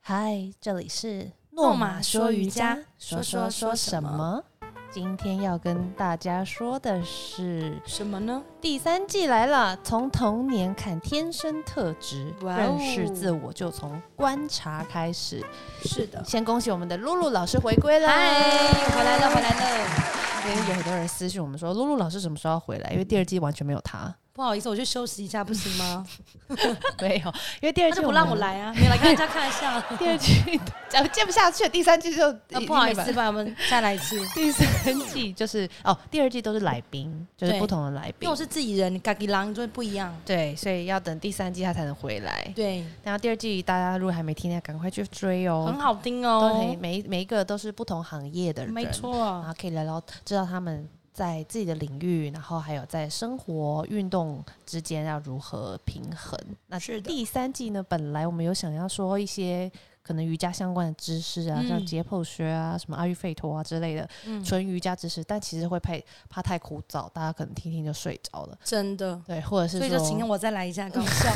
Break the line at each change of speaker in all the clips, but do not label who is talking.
嗨，这里是
诺玛说瑜伽
说说说什么？今天要跟大家说的是
什么呢？
第三季来了，从童年看天生特质，
哇哦
认识自我就从观察开始。
是的，
先恭喜我们的露露老师回归啦！
嗨，哎回来了，回来了。
因为有很多人私信我们说，露露老师什么时候要回来？因为第二季完全没有 她，
不好意思，我去休息一下，不行吗？
没有，因为第二
他
季
就不
们
让我。来啊，你来跟大家看一下。
第二季 讲见不下去了，第三季就、
啊不好意思吧，我们再来一次。
第三季就是哦，第二季都是来宾，就是
对
不同的来
因为
宾
我。是自己人，嘎吉狼就会不一样。
对，所以要等第三季他才能回来。
对，
然后第二季大家如果还没听呢，赶快去追
很
哦。
好听
都很
哦，
每每一个都是不同行业的人，
没。
然
错，
后可以聊聊，知道他们在自己的领域，然后还有在生活、运动之间要如何平衡。那
是的
第三季呢，本来我们有想要说一些可能瑜伽相关的知识啊，像
嗯
解剖学啊、什么阿育吠陀啊之类的，
嗯，
纯瑜伽知识，但其实会怕怕太枯燥，大家可能听听就睡着了。
真的。
对，或者是
所以就请
说，
我再来一 下，搞笑。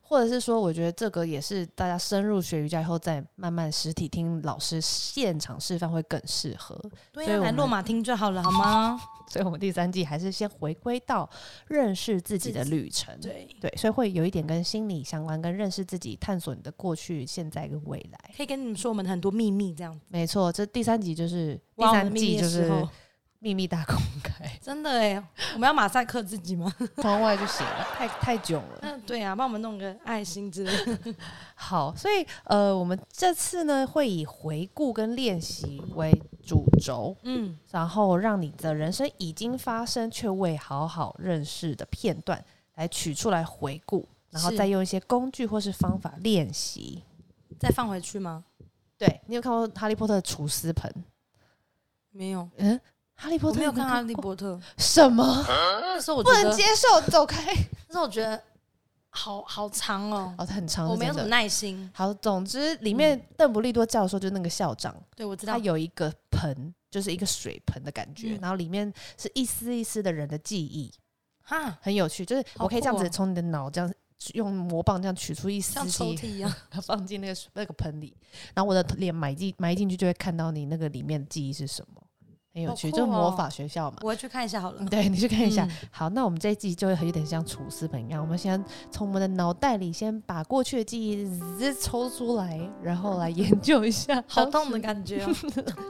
或者是说，我觉得这个也是大家深入学瑜伽以后，再慢慢实体听老师现场示范会更适合。
对
所以
啊，
我
来
们
落马听就好了，好吗？
所以我们第三季还是先回归到认识自己的旅程。
对，
对，所以会有一点跟心理相关，跟认识自己、探索你的过去、现在跟未来。
可以跟你们说我们很多秘密，这样。
没错，这第三集就是第
挖我们
三
秘
季
密的
就
时
是
候，
秘密大公开，
真的哎，我们要马赛克自己吗？
窗外就写了，太太囧了。
嗯，对啊，帮我们弄个爱心之类的。
好，所以呃，我们这次呢会以回顾跟练习为主轴，
嗯，
然后让你的人生已经发生却未好好认识的片段来取出来回顾，然后
是
再用一些工具或是方法练习。
再放回去吗？
对你有看过《哈利波特》的厨师盆？
没有，
嗯，哈利波
我
特
没有
你
看《哈利
过
波特》。
什么？
那时候我觉
不能
得，
接受，走 开！
那时候我觉得好好长哦，
哦，很长，
我没有
真
什
的
么嗯耐心。
好，总之里面邓布利多教授就是那个校长，
对，我知道
它。有一个盆，就是一个水盆的感觉，
嗯
然后里面是一丝一丝的人的记忆，
哈，
很有趣。就是
好
我可以这样
酷
子
哦
从你的脑这样用魔棒这样取出一丝
像抽
记
屉
忆，
一样。
放进那个水那个盆里，然后我的脸埋进埋进去就会看到你那个里面的记忆是什么，很有
好
趣，
酷
就是魔
哦
法学校嘛。
我会去看一下好了。
对，你去看一下。
嗯
好，那我们这一季就会有点像厨师本一样，我们先从我们的脑袋里先把过去的记忆直接抽出来，然后来研究一下
好
当
痛
时
的感觉哦。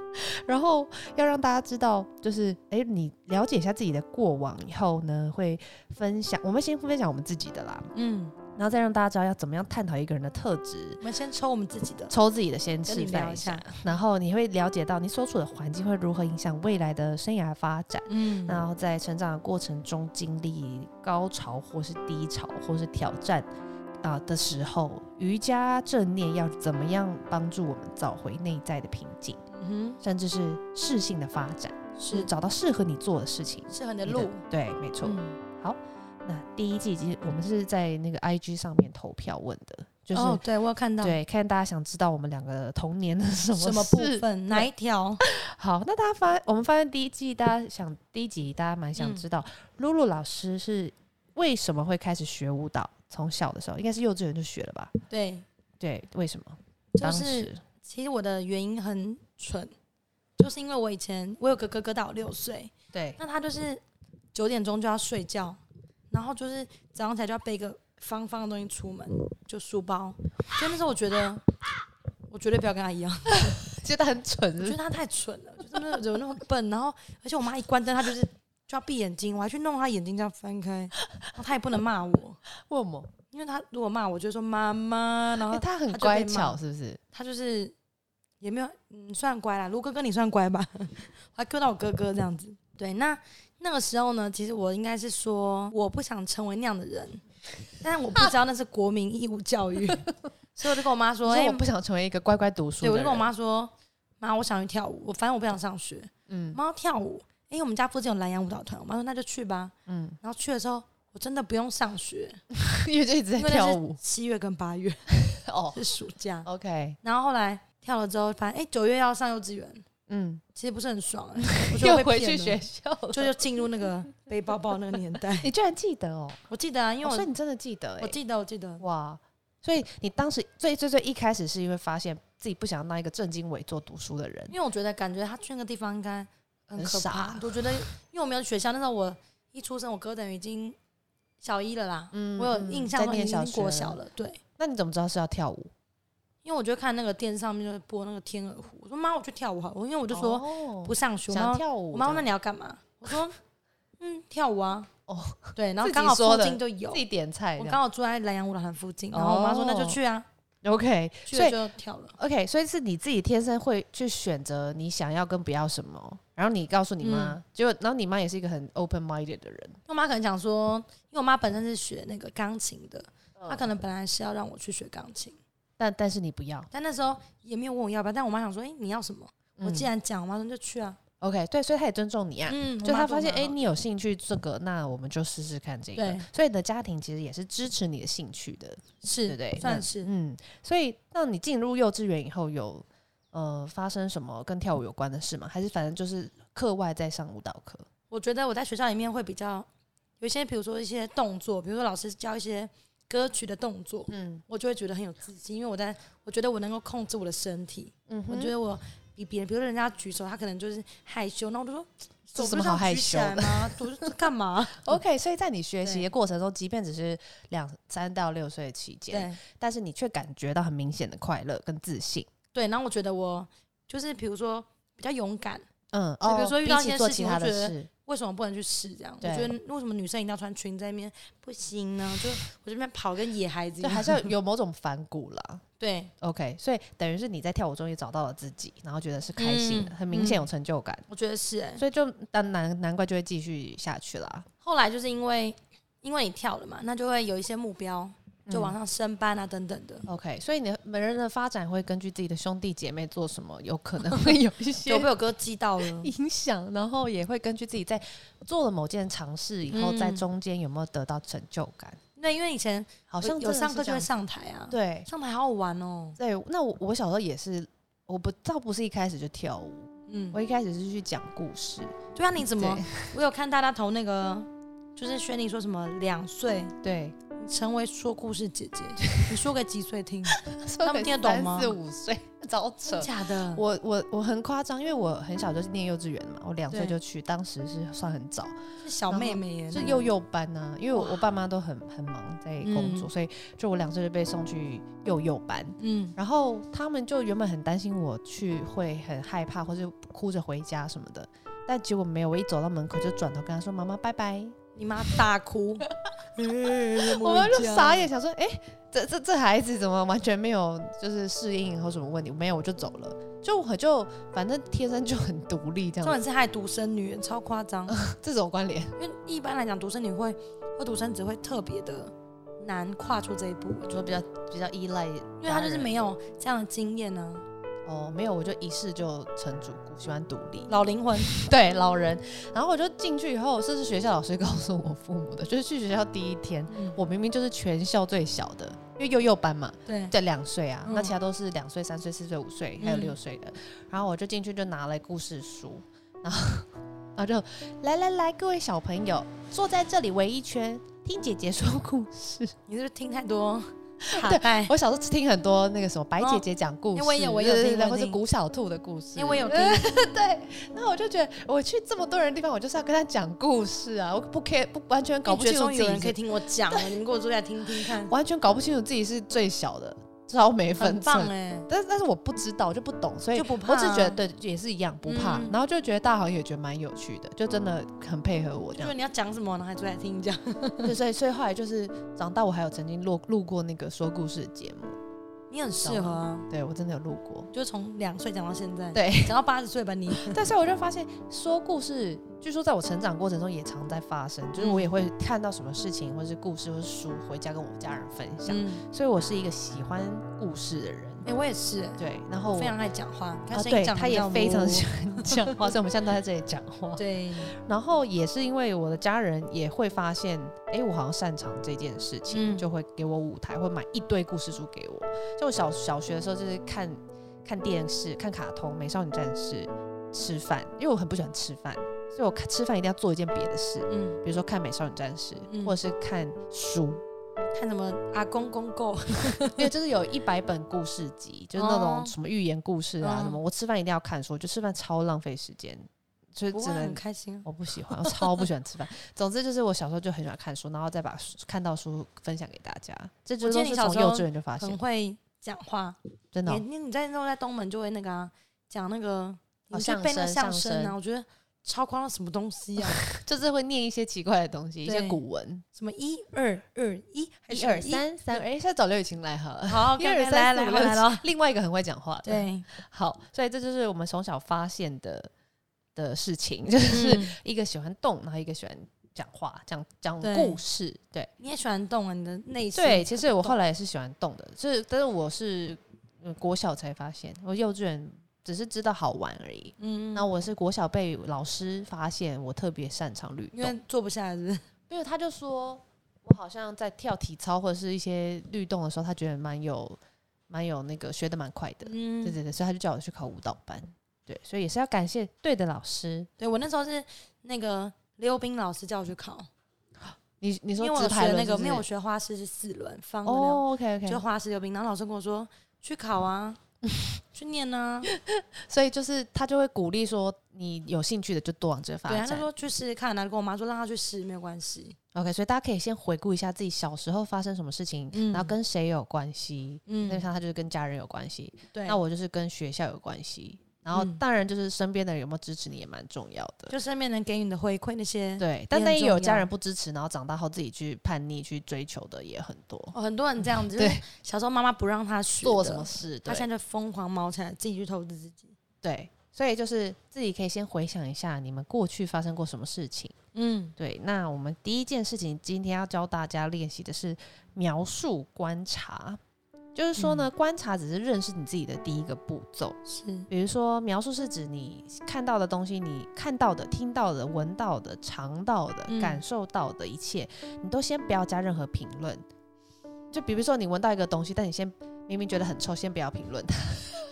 然后要让大家知道，就是哎，诶你了解一下自己的过往以后呢，会分享。我们先分享我们自己的啦，
嗯，
然后再让大家知道要怎么样探讨一个人的特质
我。们先抽我们自己的，
抽自己的先
跟
示
你
范
聊
一
一
下，
下。
然后你会了解到你所处的环境会如何影响未来的生涯发展，
嗯，
然后在成长的过程中经历高潮或是低潮或是挑战啊、的时候，瑜伽正念要怎么样帮助我们找回内在的平静，
嗯
甚至是适性的发展。
哼，
就是是找到适合你做的事情。
适合你的
你
路
的。对，没错。
嗯，
那第一季已经我们是在那个 IG 上面投票问的，就是、
哦，对我有看到
对，看大家想知道我们两个童年的什么
什么部
事
分哪一条？
好，那大家发，我们发现第一季大家想第一集大家蛮想
嗯
知道，露露老师是为什么会开始学舞蹈？从小的时候应该是幼稚园就学了吧？
对，
对，为什么？
就
当
是
时
其实我的原因很蠢，就是因为我以前我有个哥哥大我六岁，
对
那他就是九点钟就要睡觉，然后就是早上起来就要背一个方方的东西出门，就书包。所以那时候我觉得，我绝对不要跟他一样，
觉得很蠢
我觉得他太蠢了，就是那有那么笨。然后，而且我妈一关灯，他就是就要闭眼睛，我还去弄他眼睛这样翻开，然后他也不能骂我，
问我，
因为他如果骂我，就会说妈妈，然
因
后
为哦他很
他就
乖
被骂
巧，是不是？
他就是也没有，嗯，算乖啦。如哥哥你算乖吧， 我还 Q 到我哥哥这样子。对，那那个时候呢，其实我应该是说我不想成为那样的人，但是我不知道那是国民义务教育， 所以我就跟我妈说，
我
哎、
说我不想成为一个乖乖读书的人。
对，我就跟我妈说，妈，我想去跳舞，我反正我不想上学，
嗯，
妈要跳舞，哎因为我们家附近有南洋舞蹈团，我妈说那就去吧，
嗯，
然后去的时候。我真的不用上学，
因为就一直在
因为
跳
那
舞
是七月跟八月
哦。
是暑假，
OK，
然后后来跳了之后，发现哎九月要上幼稚园，
嗯，
其实不是 很爽、欸，我觉
又
得我
回
被
去
骗
学
了，
校了，
就就进入那个背包包那个年代
。你居然记得哦，
我记得啊，因为
哦所以
我
你真的记得
我
哎，
记得我记得，
哇，所以你当时最最最一开始是因为发现自己不想当一个正经伪做读书的人，
因为我觉得感觉他去那个地方应该很
很
可怕
傻。啊
我觉得，因为我没有去学校，那时候我一出生，我哥等于已经小一了啦。
嗯
我有印象
在
中已
念小
经
学
国小。了，对。
那你怎么知道是要跳舞？
因为我就看那个电视上面就是播那个天鹅湖，我说妈，我去跳舞好了，我因为我
我
就说不上学，我妈
哦想跳舞，
我妈问
你
你要干嘛，我说嗯跳舞啊，
哦
对，然后
自己
刚好
说
附
的
近就有
自，己点菜
我
这
刚
样。
好住在南洋舞蹈团附近，然后我妈说那就去啊，
OK，
去
所
了
以
就跳了。
OK，所以是你自己天生会去选择你想要跟不要什么，然后你告诉你妈，
嗯
结果然后你妈也是一个很 open minded 的人，
因为我妈可能想说，因为我妈本身是学那个钢琴的，她可
能
能本来是要让我去学钢琴，
但但是你不要，
但那时候也没有问我要不要，但我妈想说，哎、你要什么？我既然讲，我妈说就去啊，
嗯 OK 对，所以她也尊重你啊，
嗯，
就
我妈
她
说
发现
蛮
哎、
好
你有兴趣这个，那我们就试试看这个
对，
所以你的家庭其实也是支持你的兴趣的，对
是
不对？那
算是
嗯，所以那你进入幼稚园以后有呃发生什么跟跳舞有关的事吗？还是反正就是课外在上舞蹈课？
我觉得我在学校里面会比较有一些，比如说一些动作，比如说老师教一些歌曲的动作，
嗯
我就会觉得很有自信，因为我在我觉得我能够控制我的身体，
嗯
我觉得我比别人，比如说人家举手，他可能就是害羞，那我就说
这
手
什
不
么
是
好
要
害
举起来
羞的
吗？我就干嘛？
OK，所以在你学习
对
的过程中，即便只是两三到六岁的期间，
对
但是你却感觉到很明显的快乐跟自信。
对，然后我觉得我就是比如说比较勇敢，
嗯，
就比如说遇到
比
一
起
些
做
事
其
情
他
我
的
觉得
事，
为什么不能去试这样？我
对
觉得为什么女生一定要穿裙在那边不行呢？就我这边跑跟野孩子 一
就
样，
还是要有某种反骨啦。
对，
OK，所以等于是你在跳舞中也找到了自己，然后觉得是开心的，
嗯
很明显
嗯
有成就感，
我觉得是哎、
所以就但难难怪就会继续下去啦。
后来就是因为因为你跳了嘛，那就会有一些目标，就往
嗯哦
上升班啊等等的。
OK，所以你的每人的发展会根据自己的兄弟姐妹做什么，有可 能会有一些，
就被我哥激到了
影响，然后也会根据自己在做了某件尝试以后，在
嗯
中间有没有得到成就感，
对，因为以前
好像真
有
的
上
是
课
这
就会
样
上台啊，，
对
上台好好玩哦，
对。那我我小时候也是，我不倒不是一开始就跳舞，
嗯
我，一开始是去讲故事，
对啊，你怎么
对？
我有看大家投那个，就是轩尼说什么两岁
对，
成为说故事姐 姐，你说给几岁听？
他
们听得懂吗
四五 岁，早 扯
真。假的？
我我我很夸张，因为我很小就是念幼稚园嘛，我两岁
对
就去，当时是算很早，
是小妹妹耶，
是
那个
幼幼班呐、因为我我爸妈都很很忙在工作，
嗯
所以就我两岁就被送去幼幼班。
嗯
然后他们就原本很担心我去会很害怕，或是哭着回家什么的，但结果没有。我一走到门口就转头跟他说：“妈妈，拜拜。
你妈大 哭，哎嗯”
我们就傻，眼，想说：“哎、这这这孩子怎么完全没有就是适应或什么问题？没有，我就走了。就我就反正天生就很独立，这
重
样
点是还独生女，超夸张。
这种关联。
因为一般来讲，独生女会或独生子会特别的难跨出这一步，
就比较比较依赖，
因为她就是没有这样的经验啊呢、
哦，没有，我就一试就成主顾，喜欢独立。
老灵魂，
对老人，然后我就进去以后，这是学校老师告诉我父母的，就是去学校第一天，我明明就是全校最小的，因为幼幼班嘛，
对，
在两岁啊，那
嗯
其他都是两岁、三岁、四岁、五岁，还有
嗯
六岁的。然后我就进去就拿了故事书，然后 然后就来来来，各位小朋友坐在这里围一圈，听姐姐说故事。
你是不是听 太多卡带？
我小时候听很多那个什么白姐姐讲故事，
因为我也我也有
对对
听
对
我
或是
听
古小兔的故事，
因为 我有听，
对，那我就觉得我去这么多人的地方，我就是要跟他讲故事啊！我不 care，不完全搞不
因为
清楚
觉得终
自
于有
己
人可以
是，
听我讲了，你们给我坐下来听 听看，
完全搞不清楚自己是最小的，超没
很
分寸
棒。哎、
但但是我不知道，我就不懂，所以
就不怕、啊
我只觉得，对也是一样不怕，
嗯
然后就觉得大家好像也觉得蛮有趣的，就真的很配合我这
就
样
是。你要讲什么，然后还坐下来听你讲。
对，所以所以后来就是长大，我还有曾经录录过那个说故事的节目，
你很适合啊，
对我真的有录 过。
就是从两岁讲到现在，
对，
讲到八十岁吧你。
但是我就发现说故事，据说在我成长过程中也常在发生，就是我也会看到什么事情，或是故事，或是书，回家跟我家人分享。
嗯，
所以我是一个喜欢故事的人，
哎、我也是、哎
对。然后我
非常爱讲话，
啊，
他声
哦
音
对，
讲得
他
比
也
较
非常
模
喜欢讲 话，所以我们现在都在这里讲话。
对，
然后也是因为我的家人也会发现，哎，我好像擅长这件事情，
嗯
就会给我舞台，会买一堆故事书给我。就我小小学的时候，就是看看电视、看卡通、美少女战士、吃饭，因为我很不喜欢吃饭，所以我看吃饭一定要做一件别的事，
嗯
比如说看美少女战士，
嗯
或者是看书。
看什么阿公公公，
因为就是有一百本故事集，就是那
哦
种什么寓言故事啊
嗯
什么。我吃饭一定要看书，我觉得吃饭超浪费时间，所以
不
只
会很
能
开心啊。
我不喜欢，我超不喜欢吃饭。总之就是我小时候就很喜欢看书，然后再把书看到书分享给大家，这就
我记得
都
你
是
小
从
时
幼
候
稚园就发现
很，会讲话，
真的
你
哦、
你你在那时候在东门就会那个啊讲、那个，
哦
你就背那个
相声
相声
相
啊，
声
我觉得超夸张，什么东西啊，
就是会念一些奇怪的东西，一些
对
古文，
什么一二二一还
一
是什么
二，三三，哎，现在找刘雨晴来好了。
好，
一
刚
二
刚
三
来
四
来
五
来来
六
了，
另外一个很会讲话的，，
对，
好，所以这就是我们从小发现的的事情，就是
嗯
一个喜欢动，然后一个喜欢讲话，讲讲
对
故事，对
你也喜欢动啊，你的内心
对。其实我后
来
来也是喜欢动的，就是但是我是、嗯、国小才发现，我幼稚园只是知道好玩而已。
嗯，
那我是国小被老师发现我特别擅长律
嗯因
动，
为坐不下来是不是，
因为他就说我好像在跳体操或者是一些律动的时候，他觉得蛮有蛮有那个学的蛮快的，
嗯，
对对对，所以他就叫我去考舞蹈班。对，所以也是要感谢对的老师。
对我那时候是那个溜冰老师叫我去考，
你你
因
说
为我
直
有
排
学
轮
那
是
个
不
没有我
是
学花式是四轮方的那种，
哦，OK OK，
就花式溜冰，然后老师跟我说去考啊， 去念 啊，
所以就是他就会鼓励说你有兴趣的就多往这发
对啊，他
展。
说去试试看啊，跟我妈说让她去试没有关系，
OK，所以大家可以先回顾一下自己小时候发生什么事情，
嗯
然后跟谁有关系。那
嗯，
像他就是跟家人有关系，
对，
那我就是跟学校有关系，然后
嗯
当然就是身边的人有没有支持你也蛮重要的。
就身边人给你的回馈那些，
对，但
很
但也有
重
家
要
人不支持，然后长大后自己去叛逆去追求的也很多。
哦，很多人这样子，
对
就是小时候妈妈不让他学
做
的
什么，事？
他
对
现在就疯狂猫起来，自己去投资自己，
对，所以就是自己可以先回想一下你们过去发生过什么事情。
嗯，
对，那我们第一件事情今天要教大家练习的是描述观察，就是说呢，
嗯
观察只是认识你自己的第一个步骤。
是，
比如说，描述是指你看到的东西，你看到的、听到的、闻到的、尝到的、
嗯
感受到的一切，你都先不要加任何评论。就比如说，你闻到一个东西，但你先明明觉得很臭，先不要评论它，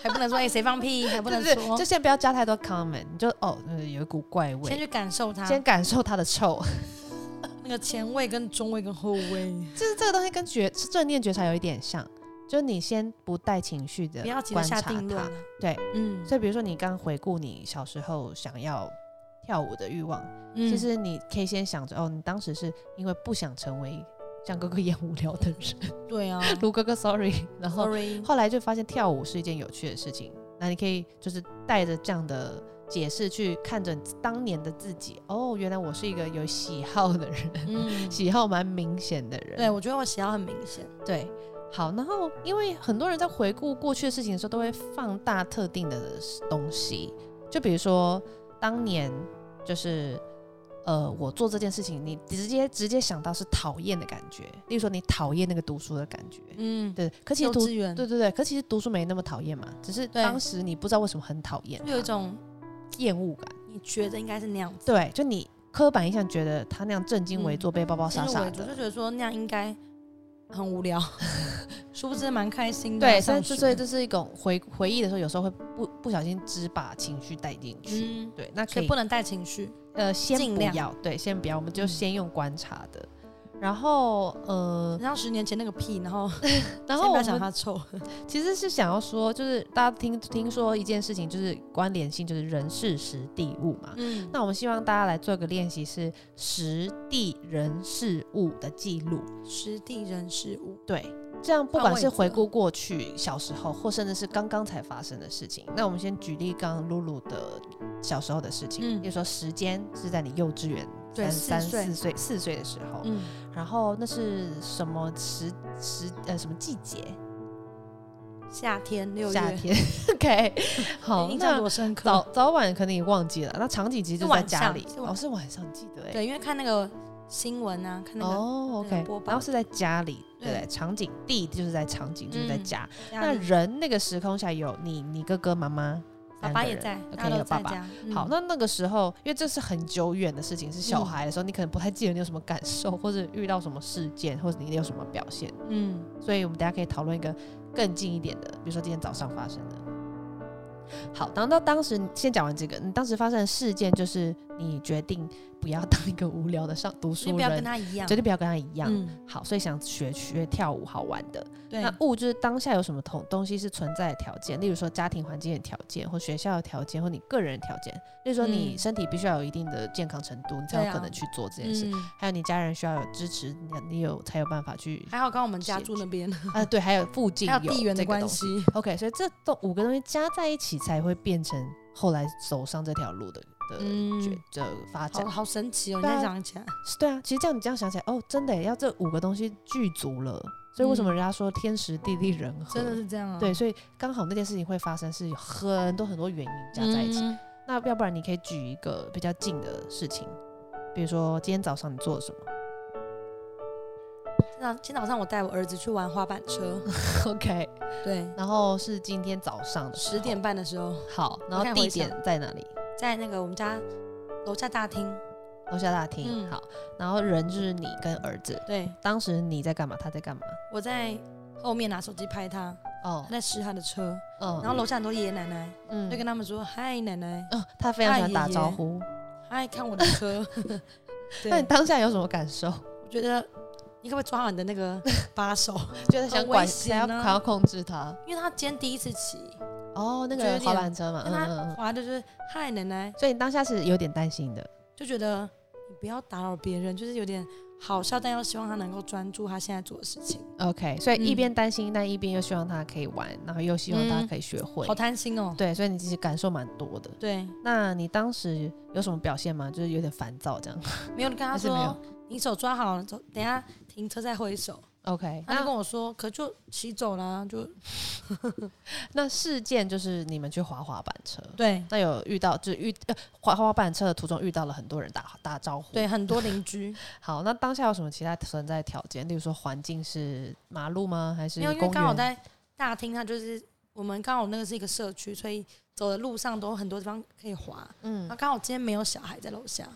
还不能说哎谁放 屁，还不能
对对对
说
就，先不要加太多 comment，你就哦、呃有一股怪味，
先去感受它
先感受它的臭。
那个前味跟中味跟后味，
就是这个东西跟觉正念觉察有一点像，就是你先不带情绪的
不要急着
观
下
察
定论
它。
啊，
对，
嗯，
所以比如说你刚回顾你小时候想要跳舞的欲望，
嗯
其实你可以先想着哦，你当时是因为不想成为像哥哥一样无聊的人，
对啊
卢哥哥 sorry，然后
，sorry，
后来就发现跳舞是一件有趣的事情，那你可以就是带着这样的。解释去看着当年的自己，哦，原来我是一个有喜好的人，
嗯，
喜好蛮明显的人。
对我觉得我喜好很明显，
对，好，然后因为很多人在回顾过去的事情的时候，都会放大特定的东西，就比如说当年就是呃，我做这件事情，你直接直接想到是讨厌的感觉，例如说你讨厌那个读书的感觉，
嗯，
对，可其实
幼
读
稚园，
对对对，可其实读书没那么讨厌嘛，只是
对
当时你不知道为什么很讨厌
就，有一种
厌恶感，
你觉得应该是那样子，
对，就你刻板印象觉得他那样正襟危
嗯
坐、被包包
先
傻
入
傻
为主
的
就，觉得说那样应该很 无聊，殊不知蛮开心的啊。
对，所以
上
这
学
所以这是一种回回忆的时候，有时候会不不小心只把情绪带进去。
嗯，
对，那可
所
以
以不能带情绪。
呃先
尽
不
量
要，对，先不要，我们就
嗯
先用观察的。然后呃，
像十年前那个屁，然后
然
先
后
不
我
要想
们
它臭，
其实是想要说，就是大家听听说一件事情，就是关联性，就是人事时地物嘛。
嗯，
那我们希望大家来做一个练习，是时地人事物的记录。
实地人事物，
对，这样不
换
管
位
是
置
回顾过去小时候，或甚至是刚刚才发生的事情，那我们先举例刚刚露露的小时候的事情，
嗯
比如说时间是在你幼稚园
对
三
四
三
岁
四岁四岁的时候，
嗯，
然后那是什么时时呃什么季节？
夏天六月，
夏 天。OK，好，
印象
那
多深
早
刻。
早晚可能也忘记了，那场景其实
是
就在
晚
家
上
里，
是晚
哦是晚上记得哎、
对，因为看那个新闻啊，看那个
哦
那个
，OK，
播报
然后是在家里，对不对
对
场景地就是在场景，就是在
嗯
家。
家
那
里
人那个时空下有你、你哥哥、妈妈，
爸
三
爸
个
也
人
在，大
，OK，
家
有
都
爸
在
爸。
家。
好，
嗯
那那个时候，因为这是很久远的事情，是小
嗯
孩的时候，你可能不太记得你有什么感受，或者遇到什么事件，或者你有什么表现。
嗯，
所以我们大家可以讨论一个更近一点的，比如说今天早上发生的。好，然后到当时先讲完这个，你当时发生的事件就是你决定不不要当一个无聊的上读
所以
书
不要跟
人，
他一样
绝。对不要跟他一样。
嗯，
好，所以想学学跳舞好玩的。
对
那物就是当下有什么同东西是存在的条件，例如说家庭环境的条件，或学校的条件，或你个人的条件。例如说你
嗯
身体必须要有一定的健康程度，你才
对
有
啊
可能去做这件事。
嗯，
还有你家人需要有支持，你你有才有办法去
还好，刚好我们家住那边，
啊，对，还有附近
还有地缘的
这个
关
东西。
系。
OK，所以这都五个东西加在一起才会变成后来走上这条路的的
嗯
决的发展
好。好神奇哦！你
对啊
再想起来，
是对啊，其实这样你这样想起来，哦，真的耶要这五个东西具足了，所以为什么人家说天时地利人和？
嗯真的是这样啊。
对，，所以刚好那件事情会发生是有很多很多原因加在一起。
嗯
那要不然你可以举一个比较近的事情，比如说今天早上你做了什么
那今天早上我带我儿子去玩滑板车，
嗯 ？OK，
对，
然后是今天早上的时
十点
候。
半的时候，
好，然后
我看
地
回想
点在哪里？
在那个我们家楼下大厅，
楼下大厅。
嗯
好，然后人就是你跟儿子。
对
当时你在干嘛？他在干嘛？
我在后面拿手机拍他，
哦
他，在试他的车，
嗯，
然后楼下很多爷爷奶奶，
嗯
就跟他们说：“嗨，奶奶，
哦，他非常喜
大
欢打
爷
招
爷
呼。
嗨，看我的 车。”
那
对
你，当下有什么感受？
我觉得你可不可以抓好你的那个把 手？
觉得想
危
管，
险
想要
啊
想要控制他。
因为他今天第一次骑，
哦，那
觉得
个
有
滑
点
板车嘛，
但
嗯嗯
他
嗯。
滑的就是嗨，奶奶，
所以你当下是有点担心的。
就觉得你不要打扰别人，就是有点好笑，但又希望他能够专注他现在做的事情。
OK，所以一
嗯
边担心，但一边又希望他可以玩，然后又希望他
嗯
可以学会
好。贪心哦。
对，所以你其实感受蛮多的。
对，
那你当时有什么表现吗？就是有点烦躁这样。
没有你跟他
还是没
说
有，
你手抓好，走，等一下停车再挥手。
OK，
他就
那
跟我说，可就骑走了，就
那事件就是你们去滑滑板车，
对
那有遇到就是遇呃滑滑板车的途中遇到了很多人打打招呼。
对，，很多邻 居，
好，那当下有什么其他存在条件？例如说环境是马路吗？还是
没有，因为
公
刚好
园？
在大厅，它就是我们刚好那个是一个社区，所以走的路上都有很多地方可以滑。
嗯
那刚好今天没有小孩在楼下，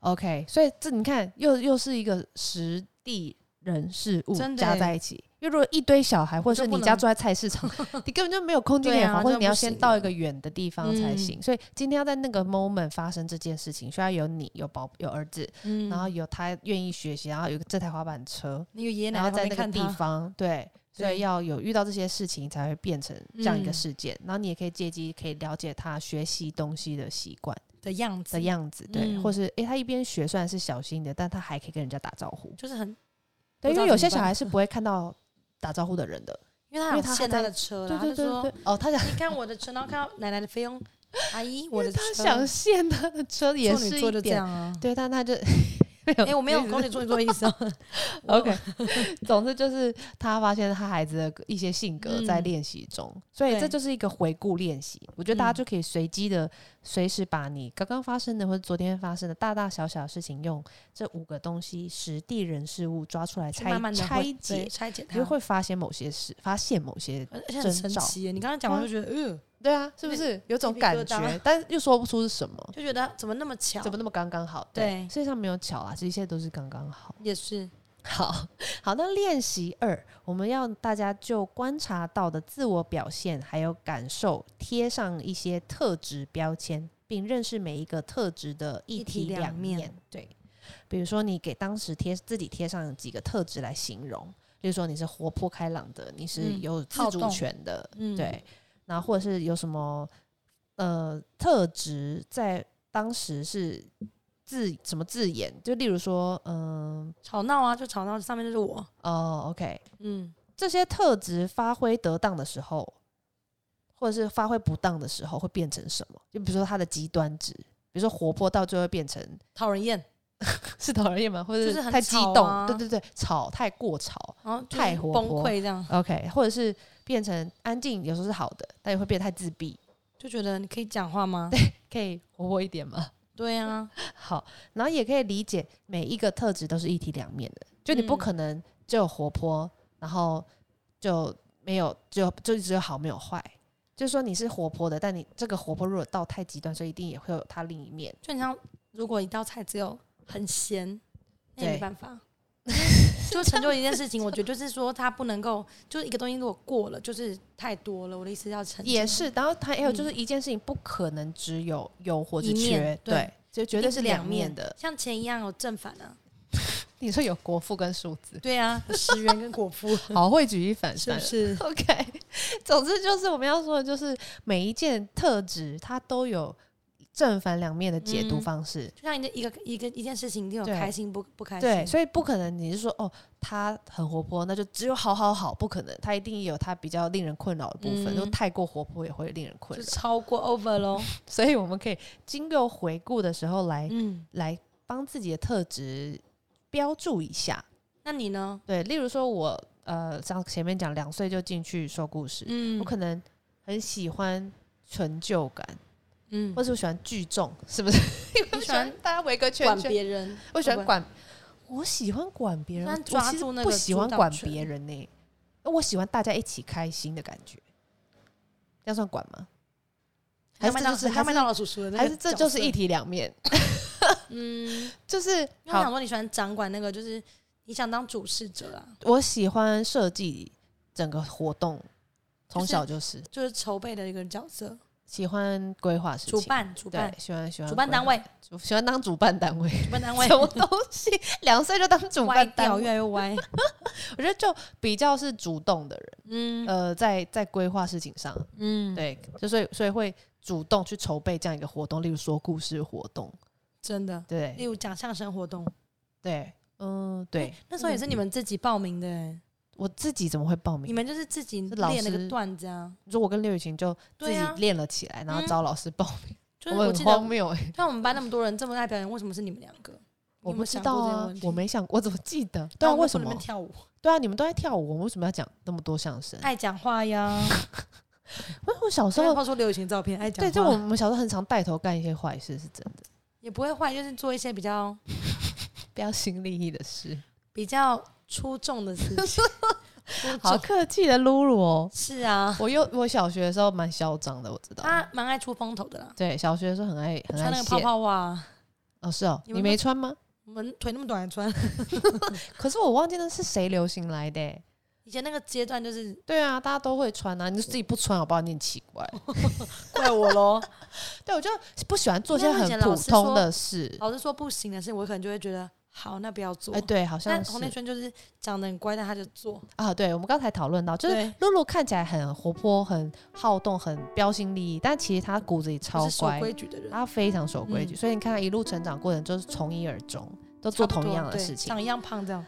，OK，所以这你看又又是一个实地人事物
真的
加
耶
在一起。因为如果一堆小孩，或者是
就不
你
能
家住在菜市 场，你根本就没有空间
对
可以
啊
滑，或者
这
你要
不
先
行
到一个远的地方才
嗯
行。所以今天要在那个 moment 发生这件事情，需要有你、有宝、有儿子，
嗯，
然后有他愿意学习，然后有这台滑板车，
那个爷爷奶
然后
奶旁
在那
边
个
看
地
他，
方，对，所以
对
要有遇到这些事情才会变成这样一个
嗯
事件。然后你也可以借机可以了解他学习东西的习惯
的样子
的，样子，对，
嗯
或是诶，他一边学虽然是小心的，但他还可以跟人家打招呼，
就是很，
对，
不知
因
道
为有
怎
些
么
小
办
孩是不 会看到打招呼的人的，
因为他
因为
有
他还
限他
在
的车
对
啦，
对
他就
对
说
对，哦， 他想
你看我的车，然后看到奶奶的费用，阿姨我的车
他，想限他的车也
处
是
女座
一
就这
点，
样啊。
对，但他就 没有
哎、我没有
意思
攻你处女座的意思哦。我
OK，总之就是他发现他孩子的一些性格在
嗯
练习中，所以这
对
就是一个回顾练习。我觉得大家
嗯
就可以随机的、随时把你刚刚发生的或者昨天发生的大大小小的事情，用这五个东西实地人事物抓出来
去
拆
慢慢的
拆解，
拆解
你
它
就，会发现某些事，发现某些，
而且很神
征兆
奇耶。你刚刚讲，我就觉得，嗯、
对啊，是不是有种
鸡皮
感
疙瘩
觉，但又说不出是什 么，
就觉得怎么那么巧？
怎么那么刚刚好？对，
对
世界上没有巧啊，这一切都是刚刚好。
也是？
好 好，那练习二，我们要大家就观察到的自我表现还有感受贴上一些特质标签，并认识每一个特质的一
一体
体
两
两
面
对，比如说你给当时贴自己贴上几个特质来形容，例如说你是活泼开朗的，你是
嗯
有自
好
主
动
权的，
嗯，
对，然后或者是有什么呃特质在当时是字什么字眼，就例如说嗯。
吵闹啊，就吵闹，上面就是我。
哦，OK，
嗯，
这些特质发挥得当的时候，或者是发挥不当的时候，会变成什么？就比如说它的极端值，比如说活泼到最后变成
讨人厌，
是讨人厌吗？或者
就是很
太激
吵
动，
啊
对对对，吵太过吵
然后就是
太活
崩
泼
溃，这样
，OK，或者是变成安静，有时候是好的，但也会变得太自闭，
就觉得你可以讲话吗？
可以活泼一点吗？
对啊，
好，然后也可以理解每一个特质都是一体两面的，就你不
嗯
可能只有活泼，然后就没有就就只有好没有坏。就是说你是活泼的，但你这个活泼如果到太极端，所以一定也会有它另一面。
就你像如果一道菜只有很咸，那也
对
没办法。就成就一件事 情，我觉得就是说，它不能够，就是一个东西如果过了，就是太多了。我的意思要成就
也是，然后它还有
嗯
就是一件事情不可能只有有或者
一面
缺，
对
对，就绝对是两面的。
像钱一样有正反啊。
你说有国富跟数字，
对啊，有十元跟果腹
好会举一反
是
三
不。是？
OK，总之就是我们要说的，就是每一件特质它都有正反两面的解读
嗯
方式。
就像一个一个一个一件事情，一定有
对
开心不不开心。
对，所以不可能你是说哦，他很活泼，那就只有好好好，不可能，他一定有他比较令人困扰的部分，
嗯
就太过活泼也会令人困
就
扰。
超过 over 咯。
所以我们可以经过回顾的时候来、
嗯，
来帮自己的特质标注一下。
那你呢？
对，例如说我呃，像前面讲两岁就进去说故事，
嗯
我可能很喜欢成就感，
嗯
或，是我喜欢聚众，是不是？ 因为我
你
喜
喜欢
欢大家围个圈
管
圈，
别人，
我喜
哦
欢
不
管，我喜欢管别人，
喜欢
我
抓
其实
住那
不
个
喜
主
欢
导
管
权
别人呢、我喜欢大家一起开心的感觉，这样算管吗？还
像
是
麦
这就
当
是
像
还
麦
是
当劳叔叔的那个
还是这就是
角色
一体两面，
嗯，
就是
因为我想
好，
说你喜欢掌管那个，就是你想当主事者啊，
我喜欢设计整个活动，从
就是
小就是
就是筹备的一个角色，
喜欢规划事情，
主办主
对
办，
喜欢喜欢
主办
规
单
划，
位，
主喜欢当主办单位，
主办单位
什么东西？两岁就当主
歪
办单
掉
位
越，来 越歪。
我觉得就比较是主动的人，
嗯
呃，在在规划事情上，
嗯，
对，就所以所以会主动去筹备这样一个活动，例如说故事活动，
真的。例
对
如讲相声活动，
对，嗯对，
那时候也是你们自己报名的欸，
我自己怎么会报
你
名？
们就是自己
是老
练那
师
个段子啊。
你说我跟刘雨晴就自
对
己
啊
练了起来，然后找老师报名，
就是
我
我
很
记
荒
得，
谬哎、
像我们班那么多人这么爱表演，为什么是你们两个？
我
有没
不
有
知
想
道
过这个
啊
问，题
我没想，我怎么记得？对啊，为什
你
么
们？跳舞？
对啊，你们都在跳舞，我们为什么要讲那么多相声？
爱讲话呀，
因啊为我小时
虽然
候，
抛出流行照片，爱讲
对，
话。啊
就我们小时候很常带头干一些坏事，是真的，
也不会坏，就是做一些比较
标新立异的 事。
比较出众的事情。出
好
众
客气的露露哦，
是啊，
我又我小学的时候蛮嚣张的，我知道。
他蛮爱出风头的啦，
对，小学的时候很爱很
啊穿
爱
那个
卸
泡泡袜，
哦，是哦，你
你们
没
都
穿吗？
我们腿那么短还穿。
可是我忘记那是谁流行来的欸。
以前那个阶段就是
对啊，大家都会穿啊，你就自己不穿好不好？你很奇怪。
哦怪我 喽。
对，我就不喜欢做一些
因为以
很
前
普
老师
通
说
的事。
老师说不行的事，我可能就会觉得好，那不要做。
哎，对，好像
但红内
是
圈就是长得很乖，但他就做，
啊。对，我们刚才讨论到，就是
对
露露看起来很活泼、很好动、很标新立异，但其实她骨子里
不
超
是守
乖，
规矩的人，
她非常守规矩。
嗯
所以你看她一路成长过程，就是从一而终，都
差
做
不多
同样的
对
事情。
长一样胖这样。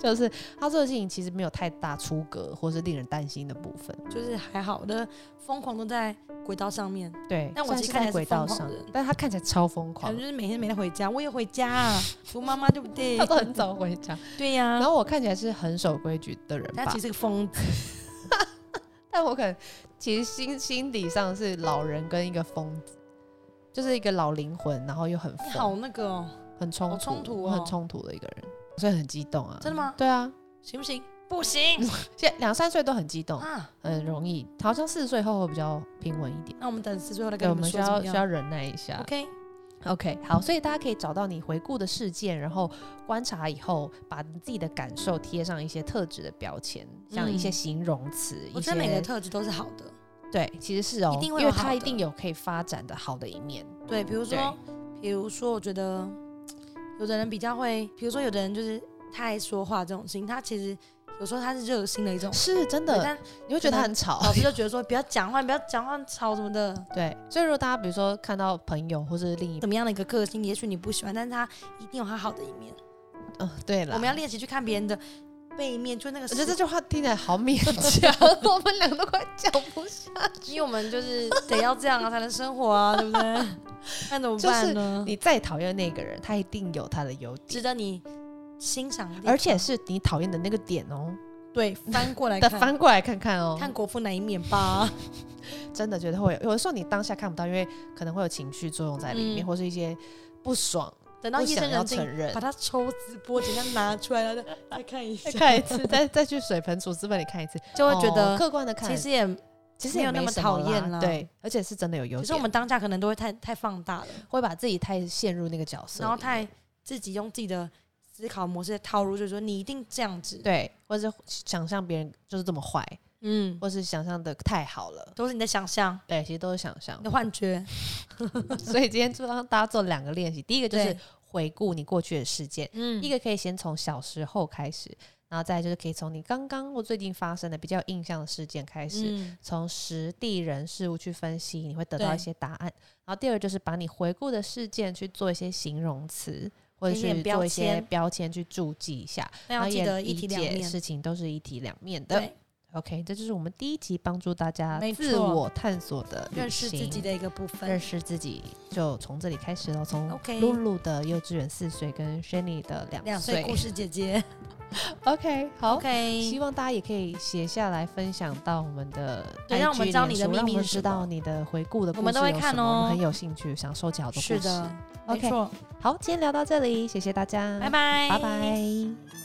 就是他做的事情其实没有太大出格或是令人担心的部分。
就是还好的，疯狂都在轨道上面，
对，
但我
虽然
其
是
实
在
看起来
轨
是疯
道
狂
上
的人，
但他看起来超疯
可
狂
能，就是每天每天回家，我也回 家啊，扶妈妈对不对
他？都很早回家。
对呀、
然后我看起来是很守规矩的人
他
吧
嗯其，实是个疯子，
但我可能其实心心底上是老人跟一个疯子，就是一个老灵魂，然后又很
你
疯，
好那个哦，
很冲
好
突，
冲突
我很
哦
冲突的一个人，所以很激动啊。
真的吗
对啊，
行不行？不行
现在两三岁都很激动，
啊！
很容易，好像四十岁后会比较平稳一点。
那我们等四岁后再
对，
跟
我
你
们需
说怎
要
么
需
样
要忍耐一下。
？OK，
OK，好，所以大家可以找到你回顾的事件，然后观察以后，把你自己的感受贴上一些特质的标签，像一些
嗯
形容词。一
我觉得每个
些
特质都是好的，
对，其实是哦，
一定会
因为
有好
它一
的
定有可以发展的好的一面。
对，比如
对
说，比如说，我觉得有的人比较会，比如说有的人就是太爱说话这种事情，他其实有时候他是热心的一种，
是真
对
的，
但
你会觉得它
可能
很吵。
老师就觉得说不要讲话，不要讲话吵什么的，
对，所以如果大家比如说看到朋友或是另一，
怎么样的一个个性，也许你不喜欢，但是他一定有他好的一面。
嗯，对了，
我们要练习去看别人的背面，就那个
我
是，
觉得这句话听起来好 勉强，
啊
我们两个都快讲不下。
因为我们就是得要这样啊才能生活啊，对不 对？那怎么办呢？
你再讨厌那个人，他一定有他的优
值
点，
得你欣赏的地方，
而且是你讨厌的那个点哦。
对翻过来
但
看，
翻过来看看哦，
看国父那一面吧。
真的觉得会有，有的时候你当下看不到，因为可能会有情绪作用在里面，
嗯
或是一些不爽，
等到
不
夜
想
深
要
人
承
静，
认
把。它抽丝剥茧，这样拿出来，然后来看 一
再
下，
看一次，再再去水盆组资本里看一次，
就会觉
哦
得
客观的看，
其实也，
其实也
没有那么
什啦
讨厌啦
对，而且是真的有优
只
点。
是我们当下可能都会太太放大了，
会把自己太陷入那个角色里面，
然后太自己用自己的思考模式套入，就是说你一定这样子，
对，或者是想象别人就是这么坏，
嗯，
或是想象的太好了。
都是你的想象，
对，其实都是想象
你的。幻觉。
所以今天就让大家做两个练习，第一个就是
对
回顾你过去的事件，
嗯
一个可以先从小时候开始，然后再来就是可以从你刚刚或最近发生的比较有印象的事件开始，
嗯
从实地人事物去分析，你会得到
对
一些答案。然后第二就是把你回顾的事件去做一些形容词，或者
给
是
一点标
做一些
签
标签去注记一下，
那
然
要
后
记
也
得一
理
体两
解
面。
事情都是一体两面的。
对，
OK，这就是我们第一集帮助大家
没
自
错
我探索的旅
认识自己
行
的一个部
认
分。
识自己，就从这里开始了。从
OK
露露的幼稚园四岁跟 Shanny 的
两
两岁。
岁故事姐姐
OK，好。希
，OK，
望大家也可以写下来分享到我们的 IG 脸书，
对让我们知道你的秘密
让我们
是
知
什么
道你的回顾的故事
我们都会
有
看
什么我们
哦
很有兴趣，想收集好多故事。
是的，没
OK
错，
好，今天聊到这里，谢谢大家，
拜，拜，
拜拜。